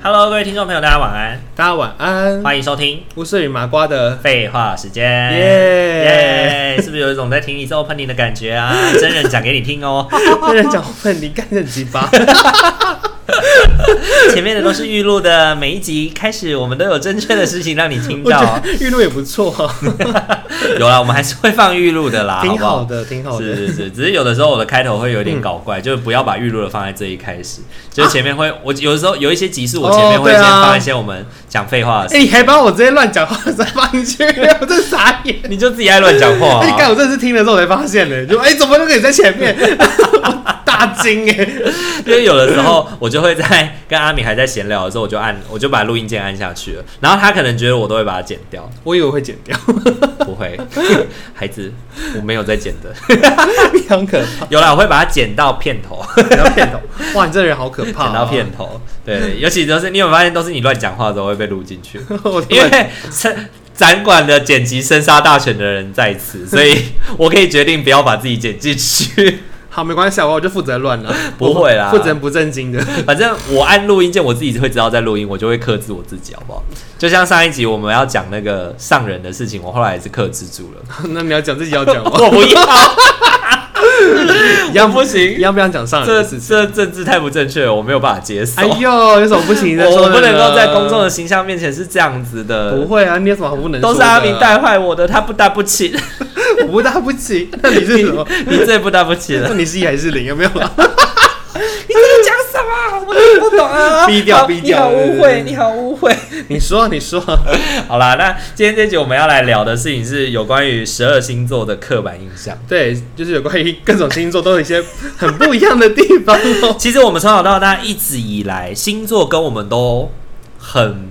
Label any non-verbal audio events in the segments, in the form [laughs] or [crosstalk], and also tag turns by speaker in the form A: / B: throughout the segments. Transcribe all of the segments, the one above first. A: Hello，各位听众朋友，大家晚安，
B: [laughs] 大家晚安，
A: [laughs] 欢迎收听
B: 巫师与麻瓜 [laughs] 的。
A: 废话时间。
B: 耶
A: 耶是不是有一种在听一次 opening 的感觉啊？
B: [laughs]
A: 真人讲给你听哦，
B: 那人讲问你干得鸡巴，
A: 前面的都是预录的，每一集开始我们都有正确的事情让你听
B: [laughs] 我觉
A: 到。
B: 得玉露也不 [laughs] 错啊，
A: 有啦，我们还是会放预录的啦，
B: 挺
A: 不好
B: 好。的，挺好
A: 是
B: 的。嗯
A: 是是，只是有的时候我的开头会有点搞怪，就是不要把预录的放在这一开始，就是前面会、我有的时候有一些集数，我前面
B: 哦
A: 会
B: 对
A: 先
B: 啊
A: 放一些我们讲废话的事，
B: 哎，你还把我直接乱讲话再放进 [laughs] 去，我真傻眼。
A: 你就自己爱乱讲话、
B: 哎，干，
A: 啊。
B: 我这次听了之后才发现呢，就哎，怎么那个也在前 [laughs] 面？我大惊哎！
A: [laughs] 因为有的时候我就会在 [laughs] 跟阿米还在闲聊的时候，我就按我就把录音键按下去了，然后他可能觉得我都会把它剪掉，
B: 我以为会剪掉，
A: 不会， [laughs] 孩子，我没有在剪的， [laughs]
B: 你很可
A: 有啦，我会把它剪到片头，
B: 怕，剪到片头。 [laughs] 哇，你这人好可怕！啊
A: 剪到片，头，对，尤其都是你有没有发现都是你乱讲话的时候会被录进去。
B: 我
A: 因为 [laughs] 展展馆的剪辑生杀大权的人在此，所以 [laughs] 我可以决定不要把自己剪进去。
B: 好，没关系，啊我我就负责乱了，
A: 不会啦
B: 负责不正经的。 [laughs]
A: [laughs] 反正我按录音键，我自己会知道在录音，我就会克制我自己，好不好？就像上一集我们要讲那个上人的事情，我后来也是克制住 [laughs] 了。
B: 那你要讲自己要讲哦吗？
A: 我不要， [laughs]
B: 要
A: 我不行
B: 要不要讲上人
A: 这
B: 的事情？
A: 这政治太不正确了，我没有办法接受。
B: 哎呦，有什么不行的？
A: 我
B: 说的
A: 不能
B: 呢
A: 够在公众的形象面前是这样子的
B: 不，会啊，你有什么好不能说
A: 都
B: 的？
A: 是阿明带坏我的，他不搭不 [laughs] 起，
B: 我不大不起。那 [laughs] 你是什么？
A: 你最不搭不起了
B: 那。你是一还是零？有没有啊？
A: 你在讲什么？我听不懂啊！ [laughs]
B: 低调低调
A: 你好
B: 对
A: 污
B: 对对
A: 秽，你好污秽。
B: [laughs] 你说，你说，
A: 好啦，那今天这集我们要来聊的事情是有关于十二星座的刻板印象。
B: 对，就是有关于各种星座都有一些很不一样的地方哦。 [laughs]
A: 其实我们从小到大一直以来，星座跟我们都很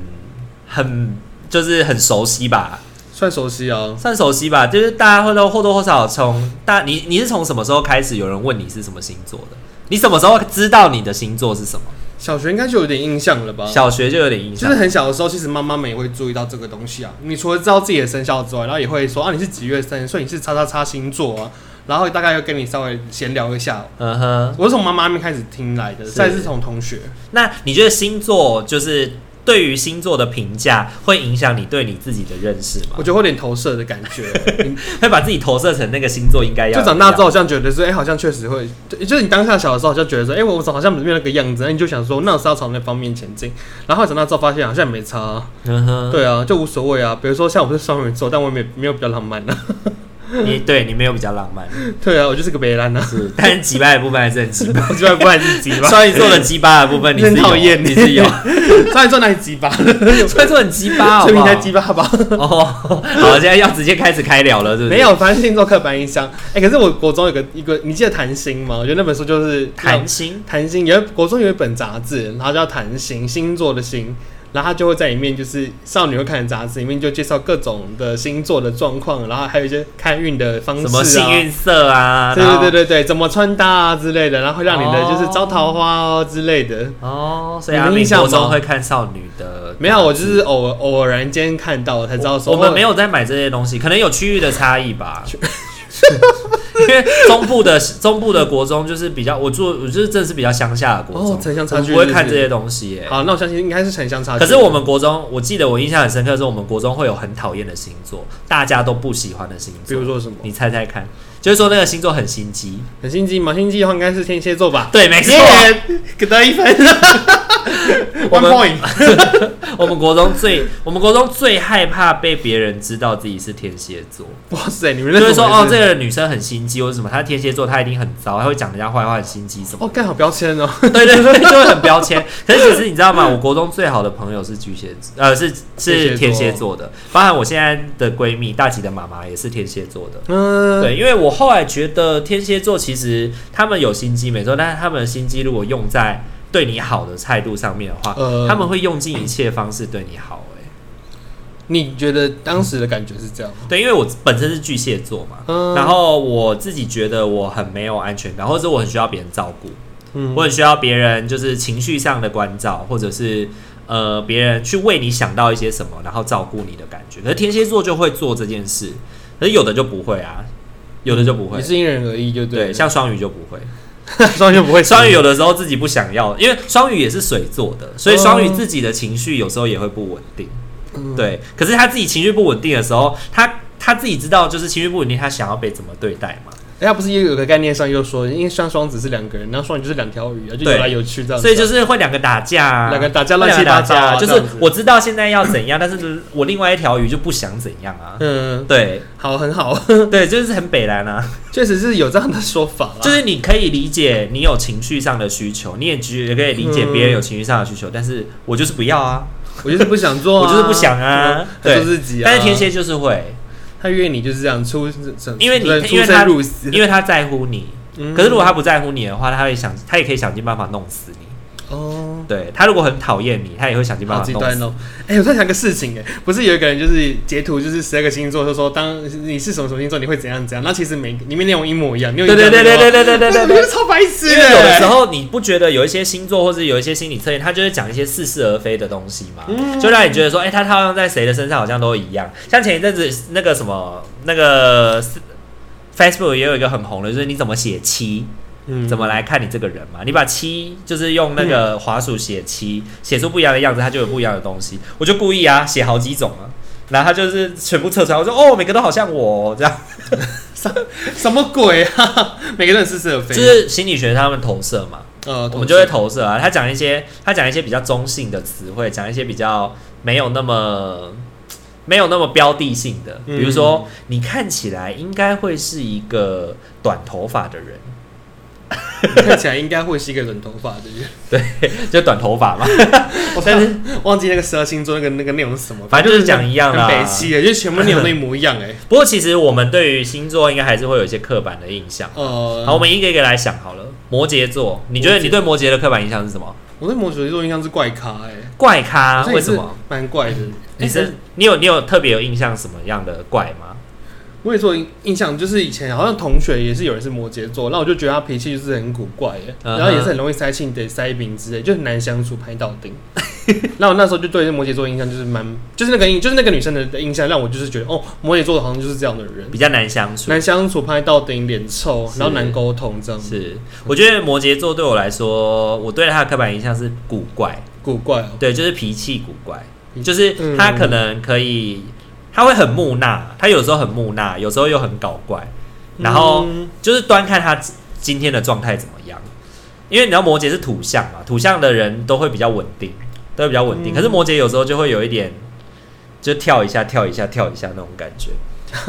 A: 很就是很熟悉吧，
B: 算熟悉哦，
A: 算熟悉吧。就是大家会都或多或少从大你你是从什么时候开始有人问你是什么星座的？你什么时候知道你的星座是什么？
B: 小学应该就有点印象了吧？
A: 小学就有点印
B: 呃就
A: 象
B: 是。很小的时候，其实妈妈们也会注意到这个东西啊。你除了知道自己的生肖之外，然后也会说啊，你是几月生，所以你是叉叉叉星座啊。然后大概又跟你稍微闲聊一下。
A: 嗯哼，
B: 我是从妈妈那边开始听来的，
A: 是
B: 再是从同学。
A: 那你觉得星座就是对于星座的评价会影响你对你自己的认识吗
B: 我？觉得会有点投射的感
A: [laughs]
B: 觉。
A: 会把自己投射成那个星座应该要
B: 就长大之后，
A: 的
B: 好像觉得说，哎、好像确实会，就就是你当下小的时候，好像觉得说，哎、我好像没有那个样子，那你就想说，那我是要朝那方面前进。然后长大之后发现好像也没差啊、
A: 样子，嗯
B: 对啊，就无所谓啊。比如说像我不是双鱼座，但我也没没有比较浪漫啊。
A: 哼，你对你没有比较浪
B: [laughs]
A: 漫，
B: 对啊，我就是个北兰
A: [laughs]
B: 啊，
A: 是，但是击败的部分还是很击败。
B: 我居然不爱自己 [laughs] 吧。
A: 双鱼座的鸡巴的部分你是
B: 真
A: 有
B: 讨厌
A: 你是有，
B: 双鱼座哪里鸡巴？
A: [laughs] 双鱼座很鸡巴，好
B: 所以
A: 不
B: 你才
A: 好？
B: 鸡巴吧？
A: 哦，好，现在要直接开始开聊了，是不是？
B: 没有，反正星座刻板印象。哎、可是我国中有个一个，你记得谈心吗？我觉得那本书就是
A: 谈心，
B: 谈心，有一国中有一本杂志，然后叫谈心，星座的星。然后它就会在里面，就是少女会看的杂志里面就介绍各种的星座的状况，然后还有一些开运的方式、啊，
A: 什么幸运色啊？
B: 对
A: 然
B: 对
A: 后
B: 对对对，怎么穿搭啊之类的，然后会让你的就是招桃花哦之类的。
A: 哦，所以
B: 你
A: 阿
B: 们印
A: 明
B: 象
A: 国中
B: 吗
A: 会看少女的，啊
B: 没有，我就是偶尔偶然间看到才知道说
A: 我们
B: 哦
A: 没有在买这些东西，可能有区域的差异
B: [laughs]
A: 吧。因为中部的中部的国中就是比较，我住我就是真的是比较乡下的国中，
B: 哦城乡差距是
A: 我们不会
B: 不是
A: 看这些东西耶、
B: 好，那我相信应该是城乡差距。
A: 可是我们国中，我记得我印象很深刻的是，我们国中会有很讨厌的星座，大家都不喜欢的星
B: 比
A: 座。
B: 如说什么？
A: 你猜猜看，就是说那个星座很心机。
B: 很心机吗？心机的话应该是天蝎座吧。
A: 对，没错。
B: 耶， [laughs] 给他一分。
A: [laughs]
B: [laughs]
A: 我
B: One
A: 们
B: point。
A: 我们国中最我们国中最害怕被别人知道自己是天蝎座。
B: 哇塞，你们
A: 就
B: 那
A: 会说哦，这
B: 个
A: 个女生很心机，或者什么，她是天蝎座，她一定很糟，她会讲人家坏话，很心机什么
B: 哦，干好标签哦。
A: 的。对对对，就会很标签。可是其实你知道吗？我国中最好的朋友是巨蟹，呃，是是
B: 天蝎座
A: 天蝎座的，包含我现在的闺蜜大吉的妈妈也是天蝎座的。
B: 嗯，
A: 对，因为我后来觉得天蝎座其实他们有心机没错，但是他们的心机如果用在对你好的态度上面的话，
B: 呃
A: 他们会用尽一切方式对你好、欸。
B: 你觉得当时的感觉是这样吗？
A: 对，因为我本身是巨蟹座嘛，
B: 嗯
A: 然后我自己觉得我很没有安全感，或者我很需要别人照顾，
B: 嗯
A: 我很需要别人就是情绪上的关照，或者是呃别人去为你想到一些什么，然后照顾你的感觉。可是天蝎座就会做这件事，可是有的就不会啊，有的就不会
B: 嗯也。是因人而异，就
A: 对，
B: 了 [laughs]
A: 像双鱼就不会。
B: 双鱼不会，
A: 双鱼有的时候自己不想要，因为双鱼也是水做的，所以双鱼自己的情绪有时候也会不稳定。
B: 哦嗯
A: 对，可是他自己情绪不稳定的时候，他他自己知道就是情绪不稳定，他想要被怎么对待嘛。
B: 人家哎不是也有个概念上又说，因为像双子是两个人，然后双鱼就是两条鱼啊，就
A: 对
B: 游来游去这样子啊，
A: 所以就是会两个打架啊，
B: 两个打架乱七八糟啊
A: 会两个打架就
B: 这
A: 是
B: 样子
A: 我知道现在要怎样，但是我另外一条鱼就不想怎样啊。
B: 嗯，
A: 对
B: 好，很好，啊
A: 对，就是很北蓝啊，
B: 确实是有这样的说法啦。
A: 就是你可以理解你有情绪上的需求，你也觉也可以理解
B: 嗯
A: 别人有情绪上的需求，但是我就是不要啊，
B: 我就是不想做、啊，
A: 我就是不想啊
B: 嗯
A: 对
B: 做自己啊。
A: 但是天蝎就是会，
B: 他约你就是这样出，
A: 因为你
B: 对
A: 因
B: 出
A: 为他
B: 生入死，
A: 因为他在乎你，
B: 嗯
A: 可是如果他不在乎你的话，他会想，他也可以想尽办法弄死你。
B: 哦。
A: 对他如果很讨厌你，他也会想尽办
B: 好
A: 法
B: 极
A: 弄
B: 端
A: 死。
B: 哦！ [laughs] 哎、我在想个事情哎，不是有一个人就是截图，就是十二个星座，就说当你是什么什么星座，你会怎样怎样。那其实每个里面内容一模一样，你有
A: 对对对对对对对对对
B: 对，
A: 对
B: 那个 [laughs] 超白痴欸
A: 因
B: 的。
A: 为有的时候你不觉得有一些星座或者有一些心理测验，它就是讲一些似是而非的东西嘛，就让你觉得说，哎、它套用在谁的身上好像都一样。像前一阵子那个什么那个 Facebook 也有一个很红的，就是你怎么写七，
B: 嗯
A: 怎么来看你这个人嘛？你把七就是用那个滑鼠写七，写出不一样的样子，它就有不一样的东西。我就故意啊写好几种啊，然后它就是全部测出来，我说哦，每个都好像我、哦、这样。
B: 什么鬼啊？ [laughs] 每个人似是而非，
A: 就是心理学他们投射嘛，
B: 呃，
A: 我们就会投射啊。他讲一些他讲一些比较中性的词汇，讲一些比较没有那么没有那么标的性的，
B: 嗯
A: 比如说、你看起来应该会是一个短头发的人，
B: 看起来应该会是一个短头发的
A: [laughs]
B: 人。
A: 就短头发嘛， [laughs]
B: 我
A: 但是
B: [laughs] 忘记那个十二星座那个那个内容是什么，
A: 反正就是讲一样
B: 很
A: 啦。
B: 北七的，就是全部内容都一模一
A: [laughs]
B: 样哎。
A: 不过其实我们对于星座应该还是会有一些刻板的印象。
B: 呃，
A: 好，我们一个一个来想好了。摩羯座，你觉得你对嗯摩羯的刻板印象是什么？
B: 我对摩羯座印象是怪咖哎，
A: 怪咖？啊为什么？？
B: 蛮怪的。
A: 你
B: 哎
A: 是你有你有特别有印象什么样的怪吗？
B: 摩羯座印象就是以前好像同学也是有人是摩羯座，那我就觉得他脾气就是很古怪耶，
A: 嗯哼
B: 然后也是很容易塞性得塞饼之类，就很难相处拍到顶。 [laughs] 那我那时候就对摩羯座印象就是蛮，就是那个印，就是那个女生的印象让我就是觉得哦，摩羯座好像就是这样的人，
A: 比较难相处。
B: 难相处拍到顶，脸臭，
A: 是
B: 然后难沟通这样，
A: 是，我觉得摩羯座对我来说，我对他的刻板印象是古怪，
B: 古怪哦。
A: 对，就是脾气古怪，
B: 嗯
A: 就是他可能可以，他会很木讷，他有时候很木讷，有时候又很搞怪，然后
B: 嗯
A: 就是端看他今天的状态怎么样。因为你知道摩羯是土象嘛，土象的人都会比较稳定，都会比较稳定。
B: 嗯
A: 可是摩羯有时候就会有一点，就跳一下、跳一下、跳一下那种感觉。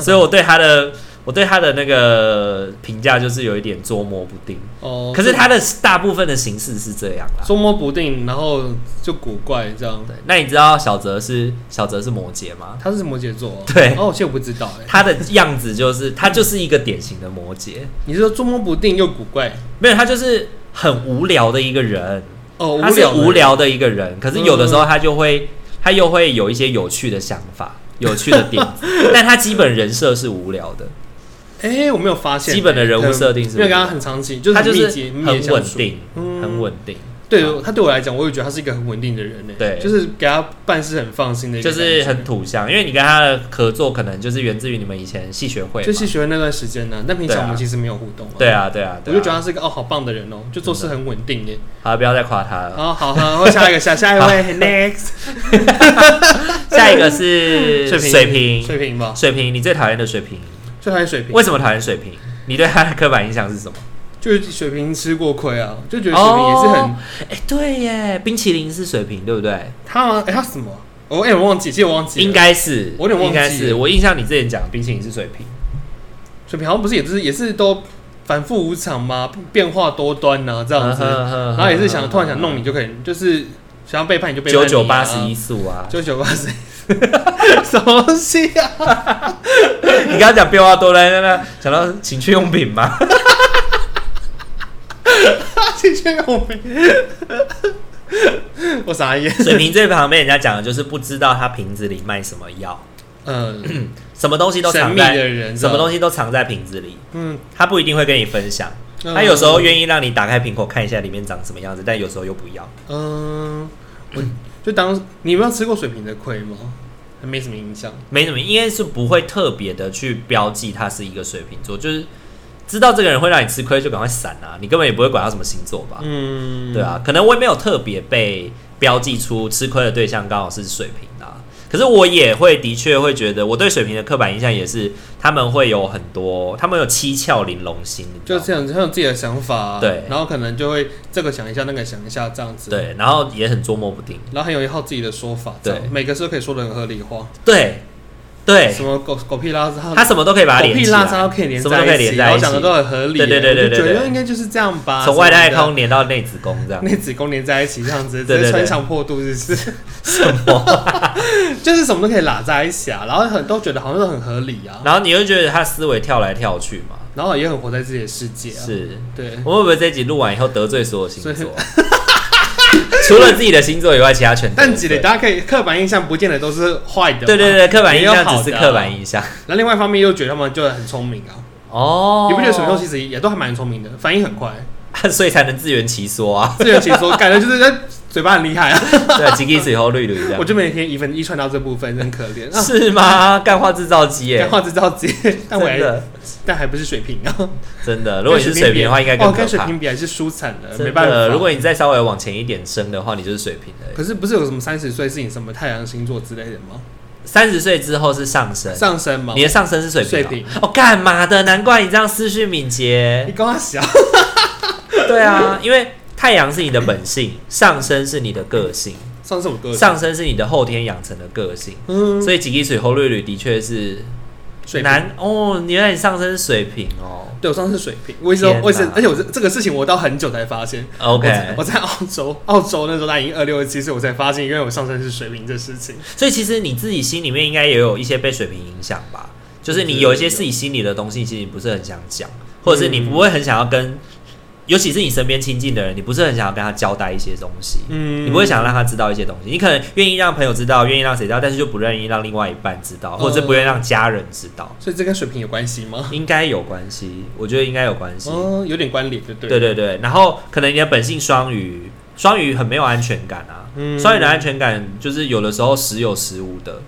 A: 所以我对他的，我对他的那个评价就是有一点捉摸不定。
B: 哦，
A: 可是他的大部分的形式是这样啦。
B: 捉摸不定，然后就古怪这样。
A: 对，那你知道小泽是小泽是摩羯吗？
B: 他是摩羯座哦，
A: 对
B: 哦，其实我不知道哎。
A: 他的样子就是他就是一个典型的摩羯，
B: 你是说捉摸不定又古怪？
A: 没有他就是很无聊的一个人，
B: 哦，
A: 他是
B: 的嗯
A: 无聊的一个人。可是有的时候他就会他又会有一些有趣的想法、有趣的点
B: [laughs]
A: 子，但他基本人设是无聊的，
B: 哎、我没有发现
A: 基本的人物设定是
B: 因为刚刚很长期，就是
A: 他就是
B: 密集密
A: 很
B: 集
A: 稳
B: 相处。
A: 定，
B: 嗯
A: 很稳定，
B: 对他对我来讲，我也觉得他是一个很稳定的人呢。
A: 对
B: 就是给他办事很放心的一个
A: 就
B: 感觉，
A: 是很土象。因为你跟他的合作可能就是源自于你们以前戏学会嘛，
B: 就是学那段时间呢、但平常
A: 对啊
B: 我们其实没有互动、啊。
A: 对啊对啊，
B: 我
A: 对啊
B: 就觉得他是一个哦，好棒的人哦，就做事很稳定耶。
A: 好，不要再夸他了。
B: 好好好，然后下一个，下下一位，next
A: 下一个 [laughs] 是 [laughs] 水瓶，哦
B: 水平吧，
A: 水瓶，你最讨厌的水瓶，
B: 最讨厌水平，
A: 为什么讨厌水瓶？你对他的刻板印象是什么？
B: 就是水平吃过亏啊，就觉得水平也是很，
A: 哦 [laughs] 哎、对耶，冰淇淋是水瓶，对不对？
B: 他吗？哎、他什么？我、哎、我忘记，其实我忘记了，
A: 应该是，
B: 我有点忘记
A: 应该是。我印象你之前讲冰淇淋是水瓶，
B: 水平好像不是也是也是都反复无常嘛，变化多端呐、啊，这样子。
A: 然
B: 然后也是想突然想弄你，就可以就是想要背叛你就背叛
A: 九
B: 你、
A: 九八十一，速啊！
B: 九九八十一， [laughs] 什么东西啊？
A: 你刚刚讲啊变化多端，那那想到情趣用品吗？
B: 进去用没？ [laughs] 我傻眼。
A: [laughs] 水瓶最旁被人家讲的就是不知道他瓶子里卖什么药，
B: 嗯，
A: 什么东西都
B: 神
A: 藏
B: 秘的
A: 在，
B: 人，
A: 什么
B: 西？
A: 东西都藏在瓶子里，
B: 嗯，
A: 他不一定会跟你分享。
B: 嗯
A: 他有时候，愿意让你打开瓶口看一下里面长什么样子，但有时候又不要。
B: 嗯，我就当你有没有吃过水瓶的亏吗？没什么印象。
A: 没什么，应该是不会特别的去标记他是一个水瓶座，就是知道这个人会让你吃亏，就赶快闪啊！你根本也不会管他什么星座吧？
B: 嗯，
A: 对啊，可能我也没有特别被标记出吃亏的对象刚好是水瓶啊。可是我也会的确会觉得，我对水瓶的刻板印象也是他们会有很多，他们有七窍玲珑心，你知
B: 就
A: 道吗
B: 这样子，很有自己的想法，
A: 啊
B: 啊
A: 对
B: 然后可能就会这个想一下，那个想一下，这样子，，
A: 对，然后也很捉摸不定，
B: 然后很有一套自己的说法，
A: 对
B: 这样每个事都可以说的很合理化，
A: 对对，
B: 什么狗狗屁拉撒，
A: 他什么都可以把它
B: 狗
A: 连
B: 屁
A: 起
B: 拉撒
A: 来，
B: 都可以连
A: 什么都
B: 在
A: 可以
B: 一起，
A: 连
B: 然
A: 在
B: 后
A: 一
B: 讲的都
A: 起，
B: 很合理，啊
A: 对对对对
B: 我就觉
A: 对
B: 得
A: 对
B: 应该就是这样吧，
A: 从外太
B: 什么
A: 空连到内子宫这样
B: 的。内子宫连在一起，这样子
A: 对
B: 直接
A: 对对
B: 穿肠破肚，是不是？
A: 什么？ [laughs]
B: 就是什么都可以拉在一起啊，然后很都觉得好像都很合理啊，
A: 然后你又觉得他思维跳来跳去嘛？
B: 然后也很活在自己的世界啊，
A: 是，
B: 对，
A: 我们会不会这一集录完以后得罪所有星
B: 所以 [laughs]
A: 座？ [laughs] 除了自己的星座以外，其他全得罪
B: 但几类大家可以刻板印象不见得都是坏的，
A: 对对。对，刻板印
B: 也有好
A: 象
B: 的啊
A: 只是刻板印象。
B: 那另外一方面又觉得他们就很聪明啊，
A: 哦，
B: 你不觉得水瓶座其实也都还蛮聪明的，反应很快， [laughs]
A: 座，哦 [laughs] 所以才能自圆其说啊？
B: 自圆其说，感觉就是在嘴巴很厉害啊。
A: 对，几个字以后绿绿这
B: 我
A: 样，
B: 就每天一分一串到这部分，真可怜啊。
A: 啊是吗？干话制造机耶
B: 干，话制造机，但我
A: 真
B: 还
A: 的
B: 但还不是水瓶啊。
A: 真的，如果你是水
B: 跟
A: 瓶的话，应该
B: 哦，
A: 更
B: 跟
A: 可
B: 水
A: 怕。
B: 瓶比还是输惨了，没
A: 真
B: 办法。
A: 的，如果你再稍微往前一点升的话，你就是水瓶了。
B: 可是不是有什么三十岁是你什么太阳星座之类的吗？
A: 三十岁之后是上升，
B: 上升吗？
A: 你的上升是水瓶、
B: 哦水瓶
A: 哦，干嘛的？难怪你这样思绪敏
B: 你 [laughs]
A: 捷。
B: 跟我小，
A: 对啊，因为太阳是你的本性，上升是你的个性，
B: 上次我哥
A: 上升是你的后天养成的个性。
B: 嗯
A: 所以几滴水后绿绿的确是
B: 水瓶。
A: 难哦，原来你上升是水平哦。
B: 对，我上次水瓶，我一直都
A: 天哪
B: 我一直，而且我这这个事情我到很久才发现。
A: OK，
B: 我在澳洲，澳洲那时候他已经二六二七岁，我才发现，因为我上升是水瓶这事情。
A: 所以其实你自己心里面应该也有一些被水平影响吧，就是你有一些自己心里的东西，其实你不是很想讲，或者是你不会很想要跟，尤其是你身边亲近的人，你不是很想要跟他交代一些东西。
B: 嗯
A: 你不会想让他知道一些东西，你可能愿意让朋友知道，愿意让谁知道，但是就不愿意让另外一半知
B: 哦
A: 道，或者是不愿意让家人知道，
B: 所以这跟水平有关系吗？
A: 应该有关系，我觉得应该有关系。
B: 嗯，有点关联，对不对？
A: 对对对，然后可能你的本性双鱼，双鱼很没有安全感啊，
B: 嗯
A: 双鱼的安全感就是有的时候时有时无的，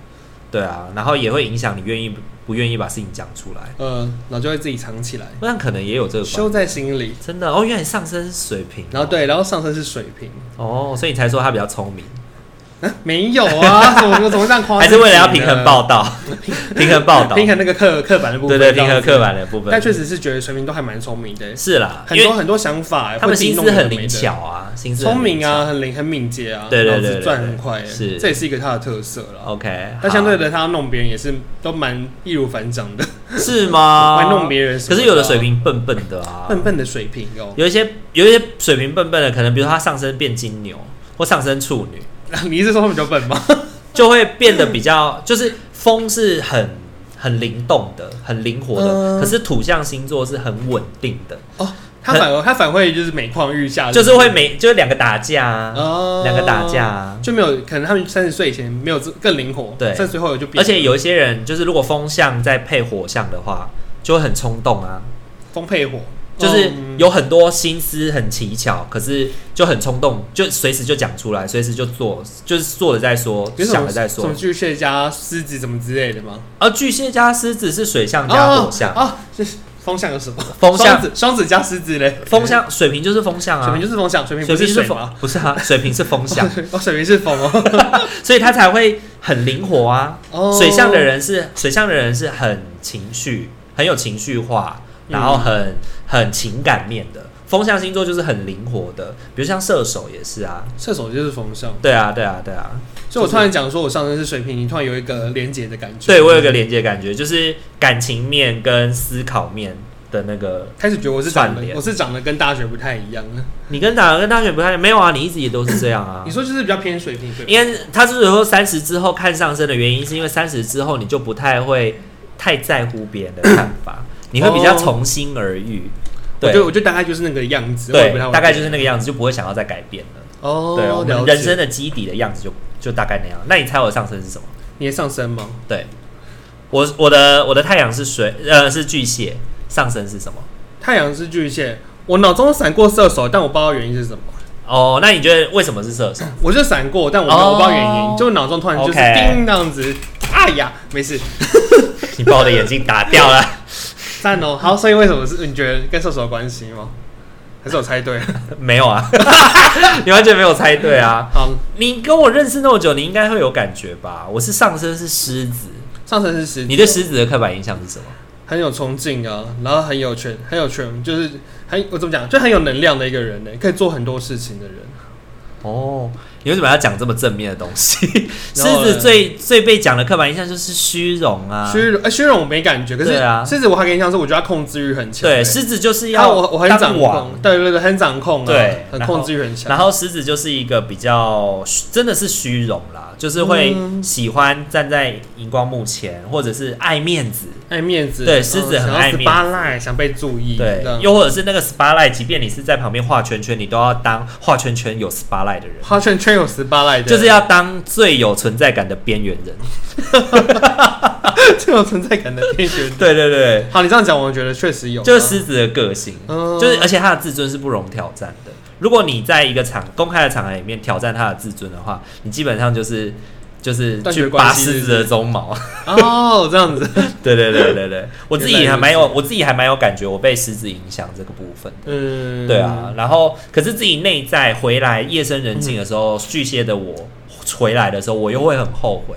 A: 对啊，然后也会影响你愿意不愿意把事情讲出来，
B: 呃，然后就会自己藏起来，
A: 那可能也有这个吧，哦
B: 收在心里。
A: 真的哦，原来你上升是水平，
B: 然后哦对，然后上升是水平，
A: 哦，所以你才说他比较聪明，
B: 啊 [laughs] 没有啊，
A: [laughs]
B: 怎么怎么这样夸自己
A: 还
B: 呢？
A: 是为了要平衡报
B: [laughs]
A: 道，平衡报道，
B: 平衡那个刻刻板的部
A: 对
B: 分，
A: 对，平衡刻
B: 板。
A: 板的部分
B: 但，确实是觉得水平都还蛮聪明的，
A: 是啦，
B: 很
A: 因
B: 多
A: 为
B: 很多想法，
A: 他
B: 会
A: 们
B: 自己
A: 心
B: 弄
A: 思
B: 得
A: 很
B: 美的
A: 灵，巧啊，心思很
B: 聪明
A: 灵巧
B: 啊，很灵很敏捷啊，
A: 对对对
B: 脑子
A: 对对
B: 转很快，啊
A: 是
B: 这也是一个他的特色了。
A: ，OK，
B: 但相对
A: 的
B: 的，他弄别人也是都蛮易如反掌的，
A: 是吗？
B: 玩弄别人什么啊。
A: 可是有的水平笨笨的啊，
B: 笨笨的水平哦，
A: 有一些有一些水平笨笨的，可能比如说他上身变金牛或上身处女，
B: [laughs] 你一直说他们比较笨吗？
A: [laughs] 就会变得比较就是风是很很灵动的、很灵活的，
B: 嗯
A: 可是土象星座是很稳定的，
B: 哦，他反而他反而会就是每况愈下，
A: 就是会每就是两个打架啊，
B: 哦
A: 两个打架啊。
B: 就没有可能他们三十岁以前没有这更灵活，
A: 对
B: 三十岁后就变，
A: 而且有一些人就是如果风象再配火象的话，就会很冲动啊，
B: 风配火，
A: 就是
B: 嗯
A: 有很多心思很奇巧，可是就很冲动，就随时就讲出来，随时就做，就是做了再说，
B: 比如什么
A: 想了再
B: 什
A: 说
B: 么。巨蟹加狮子什么之类的吗？
A: 而巨蟹加狮子是水象加
B: 哦
A: 火象，
B: 哦，这是风象有什么？
A: 风象
B: 双子双子加狮子嘞，
A: 风象水瓶就是风象啊，
B: 水瓶就是风象，水瓶不是
A: 水瓶是
B: 水
A: 风
B: 吗？，
A: 不是啊，水瓶是风象，
B: [laughs] 哦，水瓶是
A: [laughs]
B: 风哦，
A: 所以他才会很灵活啊。
B: 哦
A: 水象的人是水象的人是很情绪，很有情绪化，
B: 嗯
A: 然后很、很情感面的。风象星座就是很灵活的，比如像射手也是啊，
B: 射手就是风象，
A: 对啊，对啊，对啊，
B: 所以我突然讲说我上升是水瓶，你突然有一个连结的感觉，
A: 对我有个连接感觉，就是感情面跟思考面的那个。
B: 开始觉得我是长
A: 串
B: 得
A: 联
B: 我是长得跟大学不太一样了。
A: 你跟大跟大学不太没有啊，你一直也都是这样啊。
B: 你说就是比较偏水平，对吧
A: 因为他之所以说三十之后看上升的原因，是因为三十之后你就不太会太在乎别人的看法，你会比较从心而欲。
B: 哦我
A: 对
B: 就我就大概就是那个样子，我也
A: 对
B: 不太，会
A: 大概就是那个样子，就不会想要再改变了。
B: 哦，
A: 对，我
B: 了
A: 们
B: 解
A: 人生的基底的样子就就大概那样。那你猜我的上升是什么？
B: 你的上升吗？
A: 对，我我的我的太阳是水，呃，是巨蟹，上升是什么？
B: 太阳是巨蟹，我脑中闪过射手，但我不知道原因是什么。
A: 哦，那你觉得为什么是射手？
B: 我就闪过，但我没有
A: 哦
B: 我不知道原因，就脑中突然就是
A: OK
B: 叮那样子。哎呀，没事，
A: 你把我的眼睛打掉了？
B: 赞哦。好，所以为什么是你觉得跟射手有关系吗？还是我猜对了？
A: 没有啊，你完全没有猜对啊！
B: 好，
A: 你跟我认识那么久，你应该会有感觉吧？我是上升是狮子，
B: 上升是狮子，
A: 你对狮子的刻板印象是什么？
B: 很有冲劲啊，然后很有权，很有权，就是很我怎么讲，就很有能量的一个人欸呢，可以做很多事情的人。
A: 哦，你为什么要讲这么正面的东
B: [laughs]
A: 西？狮
B: 然后呢
A: 子最最被讲的刻板印象就是虚荣啊，
B: 虚荣，哎，虚荣我没感觉，可是
A: 对啊
B: 狮子我还跟你讲说，我觉得他控制欲很强。
A: 对，
B: 哎
A: 狮子就是
B: 他
A: 要
B: 我我很掌
A: 当王
B: 控，，对对对，很掌控啊，
A: 对
B: 很
A: 然后
B: 控制欲很强。
A: 然后狮子就是一个比较虚真的是虚荣啦，就是会
B: 嗯
A: 喜欢站在荧光幕前，或者是爱面子，
B: 爱面子，
A: 对狮子很爱面子
B: 巴赖想被注意，
A: 对
B: 这，样
A: 又或者是那个 spotlight，即便你是在旁边画圈圈，你都要当画圈圈有 spotlight 的人，
B: 花圈圈有十八赖的，
A: 就
B: [laughs]
A: 是要当最有存在感的边缘人。
B: 这种存在感的天选。
A: 对对对，
B: 好，你这样讲，我觉得确实有啊，
A: 就是狮子的个性，
B: 嗯
A: 就是而且他的自尊是不容挑战的。如果你在一个场公开的场合里面挑战他的自尊的话，你基本上就是就是
B: 断绝
A: 去
B: 关
A: 拔
B: 系是不
A: 狮
B: 是
A: 子的鬃毛。 [laughs]
B: 哦，这样子，
A: 对对对
B: [laughs]
A: 对对，我自
B: 原来如
A: 己
B: 此
A: 还蛮有，我自己还蛮有感觉，我被狮子影响这个部分。
B: 嗯，
A: 对啊，，然后可是自己内在回来夜深人静的时候，巨蟹的我回来的时候，我又会很后悔，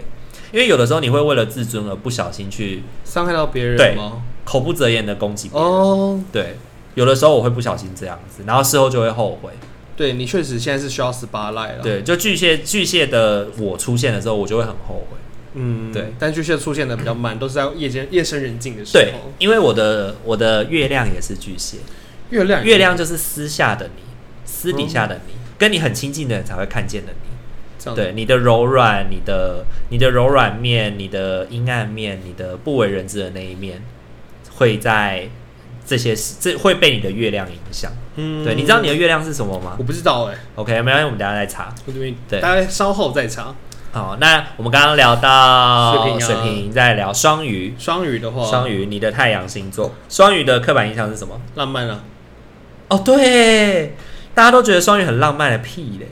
A: 因为有的时候你会为了自尊而不小心去
B: 伤害到别人
A: 对
B: 吗？
A: 口不择言的攻击别人。
B: 哦，
A: 对，有的时候我会不小心这样子，然后事后就会后悔。
B: 对你确实现在是需要十八赖了，，
A: 对，就巨蟹巨蟹的我出现的时候，我就会很后悔。
B: 嗯，
A: 对，
B: 但巨蟹出现的比较慢，都是在夜间夜深人静的时
A: 对
B: 候，，
A: 因为我的我的月亮也是巨蟹，
B: 月亮
A: 月亮就是私下的你，私底下的你，
B: 嗯
A: 跟你很亲近的人才会看见的你。
B: 这样，
A: 对，你的柔软，你的你的柔软面，你的阴暗面，你的不为人知的那一面，会在这些这会被你的月亮影响。
B: 嗯
A: 对，你知道你的月亮是什么吗
B: 我不知道哎，
A: ？OK，没关系，我们等一下再查。
B: 我这边
A: 对
B: 大概稍后再查。
A: 好，那我们刚刚聊到
B: 水瓶啊
A: 水瓶再聊双鱼。
B: 双鱼的话，
A: 双鱼，你的太阳星座，双鱼的刻板印象是什么？
B: 浪漫啊，
A: 哦，对，大家都觉得双鱼很浪漫的屁嘞。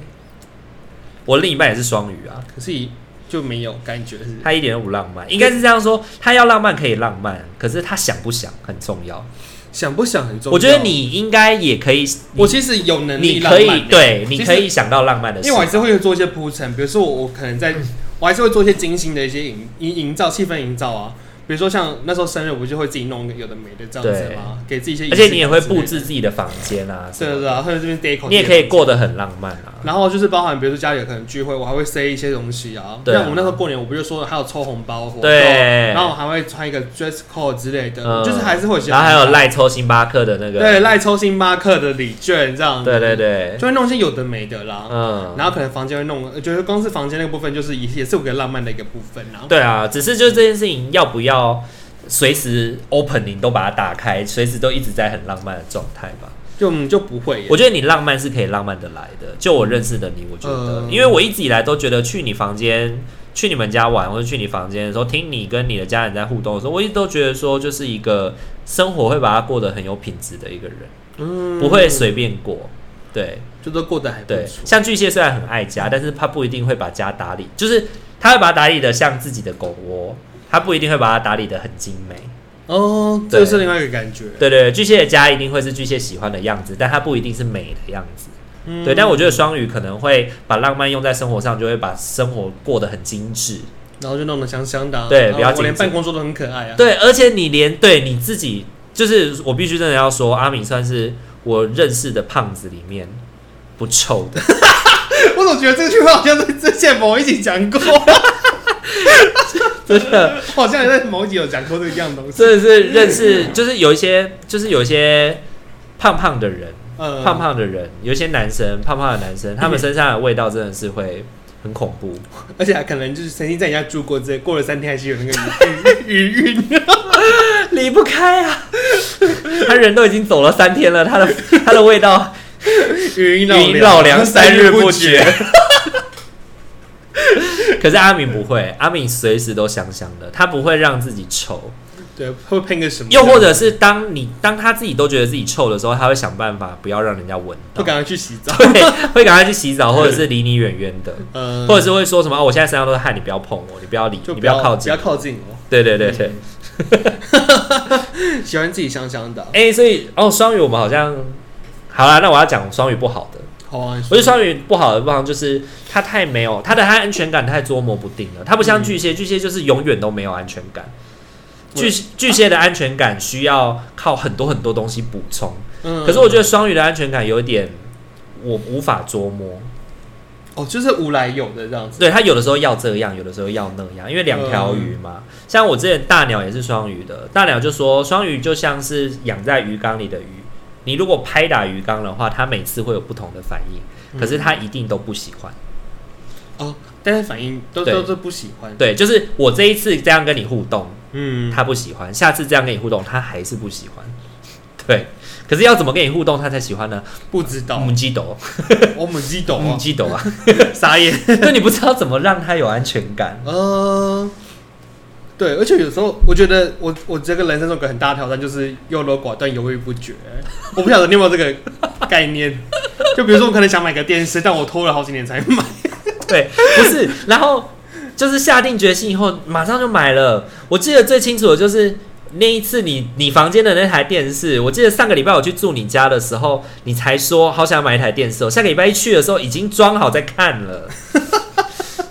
A: 我另一半也是双鱼啊，
B: 可是也就没有感觉是。
A: 他一点都不浪漫，应该是这样说，他要浪漫可以浪漫，可是他想不想很重要。
B: 想不想很重要。
A: 我觉得，你应该也可以，
B: 我其实有能力
A: 你你
B: 浪
A: 可
B: 漫
A: 以对，
B: 其
A: 你
B: 实
A: 可以想到浪漫的事
B: 因为我。还是会做一些铺陈，比如说我我可能 [laughs] 在，我还是会做一些精心的一些营营营造气氛营造啊，比如说像那时候生日，我就会自己弄一个有的没的这样子嘛，给自己一些仪式
A: 而
B: 感之类的，
A: 且你也会布置自己的房间啊，
B: 对，对
A: 什么
B: 对啊，或者这边 deco，
A: 你也可以过得很浪漫啊。
B: 然后就是包含，比如说家里有可能聚会，我还会塞一些东西啊。
A: 对啊
B: 像我那时候过年，我不就说了还有抽红包活动，
A: 对
B: 然后我还会穿一个 dress code 之类的，
A: 嗯
B: 就是还是会有一些
A: 然后还有
B: 红包
A: 赖抽星巴克的那个，
B: 对赖抽星巴克的礼券这样子，
A: 对对对，
B: 就会弄一些有的没的啦。
A: 嗯，
B: 然后可能房间会弄，呃就是光是房间那个部分，就是也也是我个浪漫的一个部分啊。
A: 对啊，只是就是这件事情要不要随时 open 你都把它打开，随时都一直在很浪漫的状态吧。
B: 就嗯就不会耶，
A: 我觉得你浪漫是可以浪漫的来的，就我认识的你，我觉得，
B: 嗯
A: 因为我一直以来都觉得去你房间。去你们家玩，或者去你房间的时候，听你跟你的家人在互动的时候，我一直都觉得说，就是一个生活会把它过得很有品质的一个人，
B: 嗯
A: 不会随便过。对，
B: 就都过得还不
A: 对，
B: 错。
A: 像巨蟹虽然很爱家，但是他不一定会把家打理，就是他会把它打理的像自己的狗窝，他不一定会把它打理的很精美。
B: 哦，这
A: 对
B: 是另外一个感觉。
A: 对对对，巨蟹的家一定会是巨蟹喜欢的样子，但它不一定是美的样子。
B: 嗯
A: 对，但我觉得双鱼可能会把浪漫用在生活上，就会把生活过得很精致。
B: 嗯然后就弄得香香的啊，
A: 对
B: 然后
A: 比较
B: 我连
A: 精致
B: 办公桌都很可爱啊。
A: 对，而且你连对你自己，就是我必须真的要说，阿敏算是我认识的胖子里面不臭的。
B: 我总觉得这句话好像在 [laughs] 之前某一集讲过，
A: [laughs] 真的
B: 好像也在某一集有讲过这一样东西。
A: 真的是认识，就是有一些，就是有一些胖胖的人，
B: 呃
A: 胖胖的人，有一些男生，胖胖的男生，他们身上的味道真的是会很恐怖。
B: 而且还可能就是曾经在人家住过之类，过了三天还是有那个余余韵。
A: [laughs] 离不开啊！ [laughs] 他人都已经走了三天了，他的他的味 [laughs] 道
B: 余
A: 云
B: 韵
A: 绕梁三日不绝
B: 绝。。
A: [laughs] 可是阿敏不会，阿敏随时都香香的，她不会让自己臭。
B: 对，会喷个什么？
A: 又或者是当你当她自己都觉得自己臭的时候，她会想办法不要让人家闻
B: 不
A: 到，
B: 赶快去洗澡，
A: 对， [laughs] 会赶快去洗澡，或者是离你远远的，
B: 呃，
A: 或者是会说什么、哦我现在身上都是汗，你不要碰我，你不要理，
B: 就
A: 你不要靠近
B: 不要。靠近哦。
A: 对对对对，
B: 喜欢自己香香的，啊
A: 哎、所以哦，双鱼我们好像好啦，那我要讲双鱼不好的。
B: 好啊。你
A: 我
B: 说
A: 觉得双鱼不好的地方就是他太没有他的他安全感太捉摸不定了，他不像巨
B: 嗯
A: 蟹，巨蟹就是永远都没有安全感。巨巨蟹的安全感需要靠很多很多东西补充，
B: 嗯
A: 可是我觉得双鱼的安全感有一点我无法捉摸，
B: 哦，就是无来由的这样子。
A: 对他有的时候要这样，有的时候要那样，因为两条鱼嘛。
B: 嗯
A: 像我之前大鸟也是双鱼的，大鸟就说双鱼就像是养在鱼缸里的鱼，你如果拍打鱼缸的话，它每次会有不同的反
B: 嗯
A: 应，可是它一定都不喜欢。
B: 哦，但是反应都
A: 对
B: 都是不喜欢。
A: 对，就是我这一次这样跟你互动，
B: 嗯，
A: 他不喜欢；下次这样跟你互动，他还是不喜欢。对，可是要怎么跟你互动，他才喜欢呢？
B: 不知道，
A: 母鸡斗，
B: 我母鸡懂
A: 母
B: 啊，
A: 鸡斗啊！ [laughs]
B: 傻眼。
A: 就你不知道怎么让他有安全感。
B: 嗯，对，而且有时候我觉得我我这个人生中有个很大的挑战就是优柔寡断、犹豫不决。我不晓得你有没有这个 [laughs] 概念？就比如说我可能想买个电视，但我拖了好几年才买。
A: [laughs] 对，不是，然后就是下定决心以后，马上就买了。我记得最清楚的就是。那一次你，你房间的那台电视，我记得上个礼拜我去住你家的时候，你才说好想买一台电视、哦。下个礼拜一去的时候，已经装好在看了。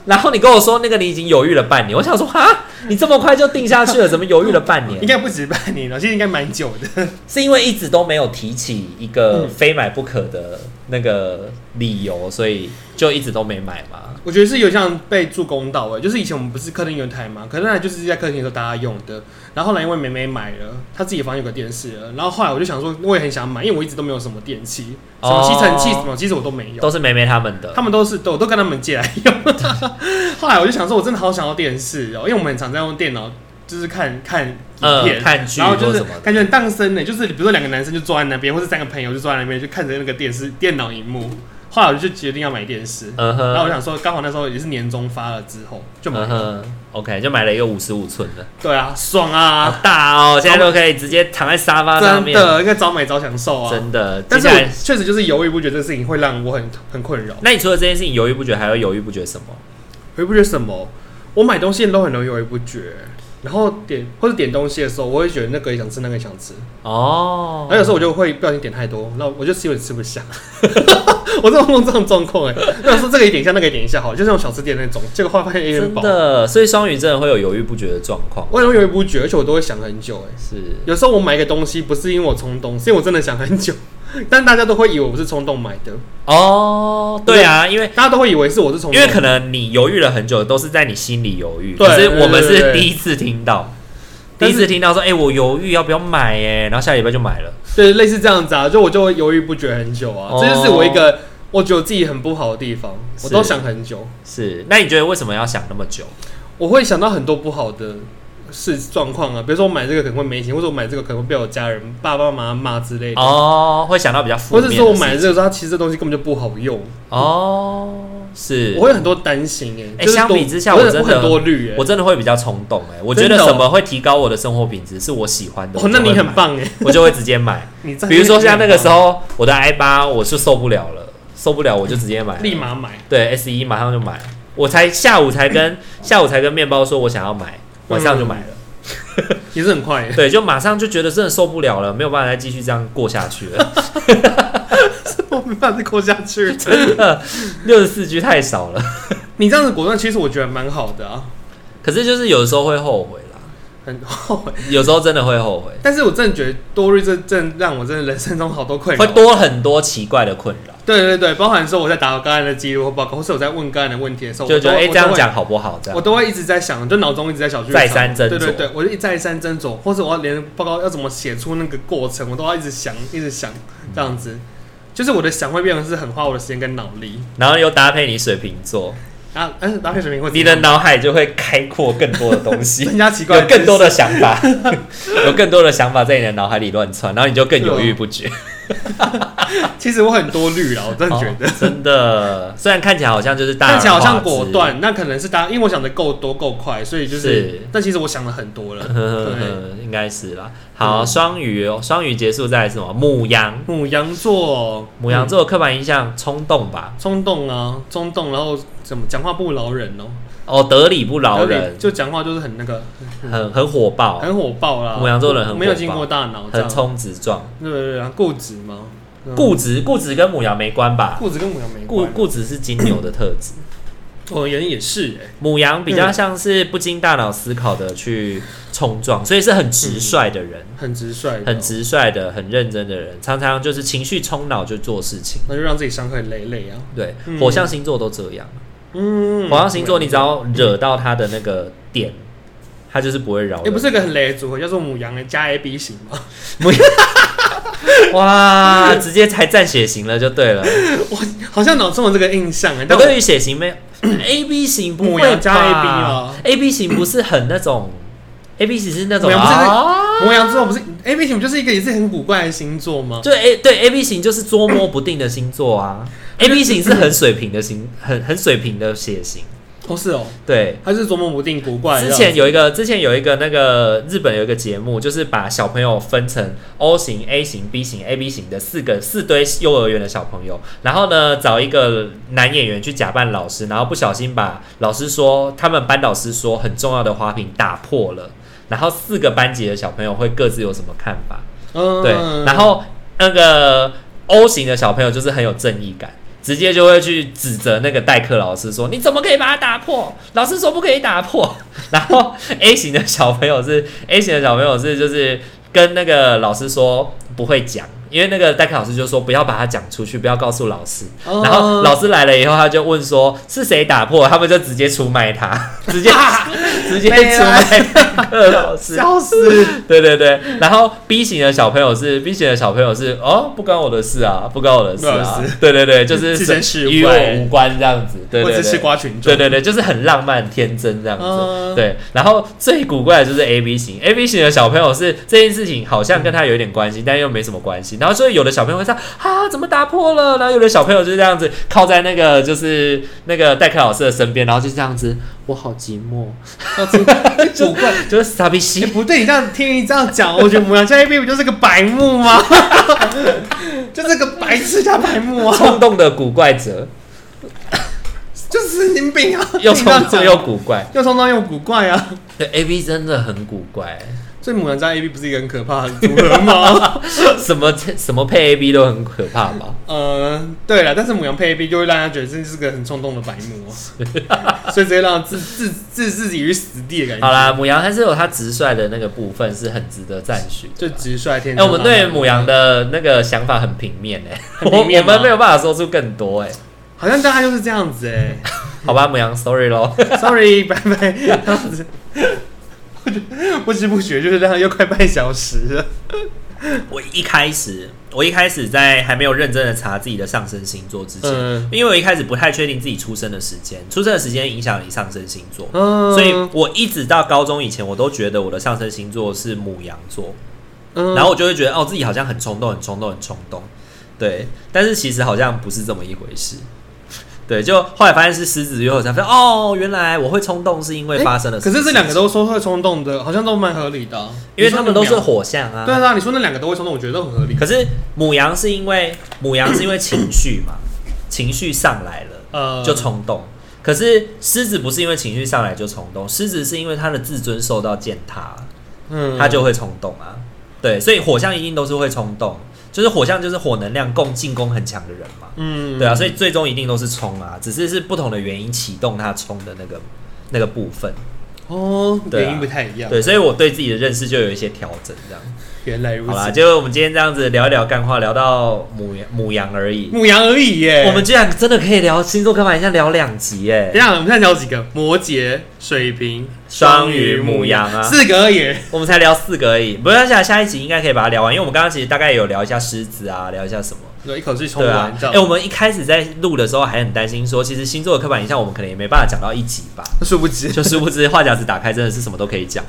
A: 然后你跟我说那个你已经犹豫了半年，我想说哈，你这么快就定下去了，怎么犹豫了半
B: [laughs] 应
A: 年？
B: 该不止半年了，其实应该蛮久的。
A: 是因为一直都没有提起一个
B: 嗯
A: 非买不可的那个理由，所以就一直都没买嘛。
B: 我觉得是有像被助攻到哎、就是以前我们不是客厅有一台嘛，可是那台就是在客厅的时候大家用的。然后后来因为妹妹买了，她自己房间有个电视了，然后后来我就想说，我也很想买，因为我一直都没有什么电器，什么吸尘器
A: 哦
B: 什么，其实我都没有。
A: 都是梅梅他们的。
B: 他们都是都我都跟他们借来用。 [laughs] 后来我就想说，我真的好想要电视哦，因为我们很常在用电脑，就是看看影
A: 呃，
B: 片。
A: 看剧
B: 然后
A: 或
B: 就是
A: 什么的。
B: 感觉很荡生呢，就是比如说两个男生就坐在那边，或者三个朋友就坐在那边，就看着那个电视电脑荧幕。后来我就决定要买电视，
A: 嗯
B: 然后我
A: 哼，
B: 想说，刚好那时候也是年终发了之后就买
A: 嗯
B: 了。
A: 哼，OK，就买了一个五十五寸的，
B: 对啊，爽
A: 好
B: 啊，
A: 大哦！现在就可以直接躺在沙发上
B: 真
A: 啊面，
B: 的，应该早买早享受啊。
A: 真的。接
B: 但是
A: 下
B: 我
A: 来，
B: 确实就是犹豫不决，这个事情会让我很很困扰。
A: 那你除了这件事情犹豫不决，还会犹豫不决什么？
B: 犹豫不决什么？我买东西都很容易犹豫不决，然后点或者点东西的时候，我会觉得那个也想吃，那个也想吃，
A: 哦
B: 然后，有时候我就会不小心点太多，那我就吃有点吃不下。 [laughs] 我这种这种状况哎，那我说这个也点一下，那个也点一下，好，就是那种小吃店那种，结果后来发现有点
A: 真
B: 饱，
A: 的，所以双鱼真的会有犹豫不决的状况，
B: 我很容易犹豫不决，而且我都会想很久哎。
A: 是
B: 有时候我买一个东西，不是因为我冲动，是因为我真的想很久， [laughs] 但大家都会以为我是冲动买的，
A: 哦，对啊，因为
B: 大家都会以为是我是冲
A: 因
B: 动，
A: 为可能你犹豫了很久，都是在你心里犹豫，
B: 对
A: 可是我们
B: 对对
A: 是
B: 对
A: 第一次听到。第
B: 但
A: 一
B: 是
A: 次听到说，哎、我犹豫要不要买、哎，然后下礼拜就买了。
B: 对，类似这样子啊，就我就会犹豫不决很久啊，
A: 哦
B: 这就是我一个我觉得我自己很不好的地方，
A: 是
B: 我都想很久，
A: 是，那你觉得为什么要想那么久？
B: 我会想到很多不好的事状况啊，比如说我买这个可能会没钱，或者我买这个可能会被我家人爸爸妈妈骂之类的，
A: 哦，会想到比较负
B: 或者
A: 面的事情，
B: 说我买这个时候，它其实这东西根本就不好用，
A: 哦，是，
B: 我会很多担心哎、
A: 哎
B: 就是
A: 相
B: 多
A: 比之下
B: 我
A: 我真的
B: 很多虑哎、
A: 我真的会比较冲动哎、我觉得
B: 真的哦
A: 什么会提高我的生活品质是我喜欢的，
B: 哦，那你很
A: 棒，
B: 棒哎、
A: [laughs] 我就会直
B: [laughs]
A: 接买。
B: 你真的
A: 比如说像那个时
B: 很
A: 候，我的 i 八我是受不了了，受不了我就直接买
B: 棒
A: 了，
B: 立马买，
A: 对 S E，一马上就买，我才下午才
B: [coughs]
A: 跟下午才跟面包说我想要买，晚上就买了，
B: 嗯也是很快、欸， [laughs]
A: 对，就马上就觉得真的受不了了，没有办法再继续这样过下去了， [laughs]
B: 我没办法再过下去。
A: 六十四 G 太少了，
B: 你这样子果断，其实我觉得蛮好的啊，
A: 可是就是有的时候会后悔啦，
B: 很 [laughs] 后悔。
A: 有时候真的会后悔。
B: 但是我真的觉得多虑这真的让我真的人生中好多困扰
A: 会。多很多奇怪的困扰，
B: 对对对，包含说我在打个案的记录或报告，或是我在问个案的问题的时候，
A: 就觉得哎、
B: 哎
A: 这样，讲好不好？这
B: 我
A: 样
B: 都会我都会一直在想，就脑中一直在小剧场
A: 再三斟酌
B: 对对对，我就一再三斟酌，或者我要连报告要怎么写出那个过程，我都要一直想，一直想这样子。就是我的想会变成是很花我的时间跟脑力，
A: 然后又搭配你水瓶座，
B: 啊，但是搭配水瓶会
A: [laughs] 你的脑海就会开阔更多的东西，
B: 增加 [laughs] 奇怪
A: 有更多
B: 的
A: 的想
B: [laughs]
A: 法，有更多的想法在你的脑海里乱窜，然后你就更犹豫不决。
B: 知识。其实我很多虑了，我真 [laughs] 的觉得。
A: 哦真的，虽然看起来好像就是大而化
B: 看起
A: 之，
B: 来好像果断，那可能是搭，因为我想的够多够快，所以就是，
A: 是
B: 但其实我想了很多
A: 呵 [laughs]
B: 了。
A: 呵呵
B: 对，
A: 应该是啦。好，双鱼哦，双鱼结束在什么？母羊，
B: 母羊座，
A: 母羊座的刻板印象冲动吧，
B: 嗯冲动啊，冲动，然后怎么讲话不饶人哦，
A: 哦，得理不饶
B: 然
A: 人
B: 后，就讲话就是很那个，
A: 很很火爆，
B: 很火爆啦。
A: 母羊座人很火爆
B: 没有经过大脑，这
A: 很
B: 样
A: 冲直撞，
B: 对对对，然后固执嘛，嗯
A: 固执，固执跟母羊没关吧？
B: 固执跟嗯母羊没
A: 固
B: 关，
A: 固执是金牛的特质，
B: 我人也是哎，
A: 母羊比较像是不经大脑思考的去冲
B: 嗯
A: 撞，所以是很直率的人，
B: 很直率的哦，
A: 很直率的、很认真的人，常常就是情绪冲脑就做事情。
B: 那就让自己伤痕累累啊。
A: 对，
B: 嗯
A: 火象星座都这样。
B: 嗯，
A: 火象星座，你只要惹到他的那个点，他就是不会饶人。
B: 哎、不是有个很雷的组合叫做母羊的欸加 A B 型吗？
A: 哇，直接才占血型了就对了。
B: [laughs] 好像脑中有这个印象哎、
A: 我
B: 但我
A: 对于血型没
B: [clears throat]
A: 有 A B 型不
B: 母
A: 会
B: 羊加 A B
A: 吧
B: 啊
A: ？A B 型不是很那种，A B 型是那种
B: 母羊不是
A: 啊，
B: 母羊座不是哎 A B 型，不就是一个也是很古怪的星座吗？
A: 就 A 对 A B 型就是捉摸不定的星座啊。A B 型是很水平的型，很很水平的血型，
B: 哦，是哦，
A: 对。
B: 它是琢磨不定、古怪的
A: 之
B: 样子。
A: 前有一个，之前有一个那个日本有一个节目，就是把小朋友分成 O 型、A 型、B 型、AB 型的四个四堆幼儿园的小朋友，然后呢找一个男演员去假扮老师，然后不小心把老师说他们班导师说很重要的花瓶打破了，然后四个班级的小朋友会各自有什么看法？
B: 嗯
A: 对，然后那个 O 型的小朋友就是很有正义感，直接就会去指责那个代课老师说：“你怎么可以把它打破？老师说不可以打破。” [laughs] 然后 A 型的小朋友是 A 型的小朋友是就是跟那个老师说不会讲。因为那个代课老师就说不要把它讲出去，不要告诉老师。
B: 哦
A: 然后老师来了以后，他就问说是谁打破，他们就直接出卖他，
B: [laughs]
A: 直接直接
B: 没
A: 出
B: 啦
A: 卖 [laughs] 代课老师。
B: 笑死，
A: [laughs] 对对对，然后 B 型的小朋友是 B 型的小朋友是哦，不关我的事啊，不关我的事
B: 不关
A: 啊
B: 我的事，
A: 对对
B: [laughs]
A: 对，就是
B: 置身事外
A: 与我无关这样子，对
B: 我
A: 对
B: 只吃
A: 对，
B: 瓜群众。
A: 对对对，就是很浪漫天真这样子。
B: 嗯，
A: 对，然后最古怪的就是 A B 型，A B 型的小朋友是这件事情好像跟他有一点关系，但又没什么关系。然后所以有的小朋友会这样啊，怎么打破了？然后有的小朋友就这样子靠在那个就是那个代课老师的身边，然后就这样子，我好寂寞， [laughs]
B: 要吃古怪。
A: 就是傻逼
B: 哎、
A: 西。
B: 不对，你这样听你这样讲，我觉得母羊加 A B 不就是个白目吗？ [laughs] 就是个白痴加白目啊，
A: 冲动的古怪者，
B: 就是神经病啊！
A: [laughs] 又
B: 听你这样
A: 冲动
B: 讲
A: 又古怪，
B: 又冲动又古怪啊！
A: 对 A B 真的很古怪， [laughs]
B: 所以母羊加 A B 不是一个很可怕的组合吗？
A: 什么什么配 A B 都很可怕 [laughs] 吧？
B: 呃，对了，但是母羊配 A B 就会让人家觉得这是个很冲动的白
A: [laughs]
B: 目啊，所以直接让他置置置自己于死地的感觉。
A: 好，啦，母羊还是有它直率的那个部分，是很值得赞许的
B: 就
A: 啦。
B: 直率天
A: 哎、
B: 真。
A: 我们对母羊的那个想法很平面哎、
B: 很
A: 我
B: 平面
A: [laughs] 我
B: 吗
A: 们没有办法说出更多哎、
B: 好像大家就是这样子
A: [laughs]
B: 哎、
A: 好吧，母羊，sorry 咯。
B: ，sorry，拜拜，这样子。不知不觉就是这样，又快半小时了。
A: [laughs] 我一开始，我一开始在还没有认真的查自己的上升星座之前，
B: 嗯
A: 因为我一开始不太确定自己出生的时间，出生的时间影响你上升星座，
B: 嗯，
A: 所以我一直到高中以前，我都觉得我的上升星座是母羊座，
B: 嗯
A: 然后我就会觉得哦，自己好像很冲动，很冲动，很冲动，对，但是其实好像不是这么一回事。对，就后来发现是狮子座，我才发现哦，原来我会冲动是因为发生了什
B: 可
A: 么事情、
B: 是这两个都说会冲动的，好像都蛮合理的啊、
A: 因为他们都是
B: 你说
A: 火象啊。
B: 那两对啊，你说那两个都会冲动，我觉得都很合理。
A: 可是母羊是因为母羊是因为情
B: [coughs]
A: 绪嘛，情绪上来了，
B: 呃，
A: 就冲动。可是狮子不是因为情绪上来就冲动，狮子是因为他的自尊受到践踏，
B: 嗯，
A: 他就会冲动啊。对，所以火象一定都是会冲动，就是火象就是火能量共进攻很强的人嘛。
B: 嗯，
A: 对啊，所以最终一定都是冲啊，只是是不同的原因启动他冲的那个那个部分。
B: 哦，
A: 对啊
B: 原因不太一样。
A: 对，所以我对自己的认识就有一些调整，这样。
B: 原来如
A: 好啦，
B: 此，
A: 就我们今天这样子聊一聊干话，聊到母羊母羊而已。
B: 母羊而已耶。
A: 我们居然真的可以聊星座刻板印象聊两集耶
B: 等一！下，我们现在聊几个？摩羯、水瓶、
A: 双鱼母羊 [laughs] 啊
B: 四个而已。
A: 我们才聊四个而已，不要想下一集应该可以把它聊完，因为我们刚刚其实大概有聊一下狮子啊，聊一下什么，
B: 对，一口气冲
A: 对
B: 完
A: 啊，
B: 这
A: 哎、
B: 样。
A: 我们一开始在录的时候还很担心说，其实星座的刻板印象我们可能也没办法讲到一集吧， [laughs]
B: 殊不 [laughs] 知，
A: 就殊不知话匣子打开真的是什么都可以
B: [laughs]
A: 讲。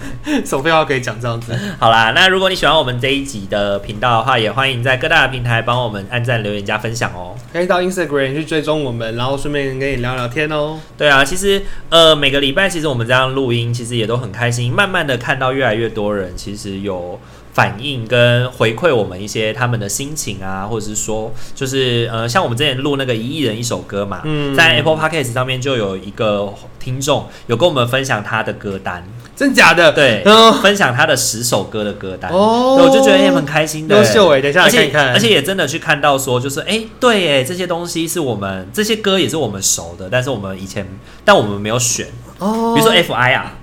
B: 什么废话可以讲这样子？
A: 好啦，那如果你喜欢我们这一集的频道的话，也欢迎在各大的平台帮我们按赞、留言、加分享哦。
B: 可以到 Instagram 去追踪我们，然后顺便跟你聊聊天哦。
A: 对啊，其实呃，每个礼拜其实我们这样录音，其实也都很开心。慢慢的看到越来越多人，其实有反应跟回馈我们一些他们的心情啊，或者是说，就是呃，像我们之前录那个一亿人一首歌嘛，
B: 嗯
A: 在 Apple Podcast 上面就有一个听众有跟我们分享他的歌单，
B: 真假的？
A: 对，
B: 嗯，
A: 分享他的十首歌的歌单。
B: 哦
A: 对，我就觉得也很开心的。
B: 优秀哎，等一下
A: 而
B: 来
A: 且
B: 看看。
A: 而且也真的去看到说，就是哎、诶对哎，这些东西是我们这些歌也是我们熟的，但是我们以前但我们没有选，比
B: 哦，
A: 如说 FI 啊，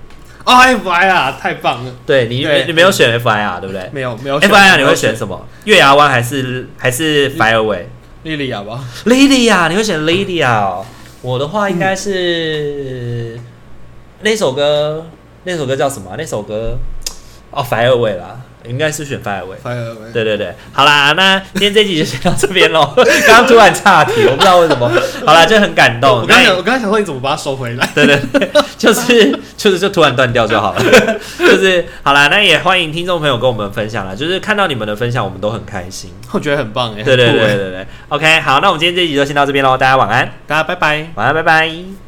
B: 哦，FI 啊，太棒了。
A: 对你
B: 对
A: 你没有选 FI 啊，对不对
B: 没有没有选
A: ？FI 啊，你会选什么？月牙湾还是还是 Fire Away？Lady
B: 莉莉亚吧？
A: 啊，你会选 Lady 啊？我的话应该是、
B: 嗯
A: 那首歌，那首歌叫什么啊？那首歌哦，Fire Away 啦，应该是选 Fire Away。
B: 反而
A: 对对对，好啦，那今天这集就先到这边
B: [laughs]
A: 喽。刚刚突然岔题，我不知道为什么。好啦，就很感动。
B: 我刚才
A: 哦那
B: 我刚才想说你怎么把它收回来？
A: [laughs]
B: [laughs]
A: 对对对，就是就是就突然断掉就好了。 [laughs] 就是好啦，那也欢迎听众朋友跟我们分享啦，就是看到你们的分享，我们都很开心。
B: 我觉得很棒哎，
A: 对对
B: 很酷
A: 对
B: 欸
A: 对对，OK，好，那我们今天这集就先到这边喽，大家晚安，
B: 大家拜拜。
A: 晚安，拜拜。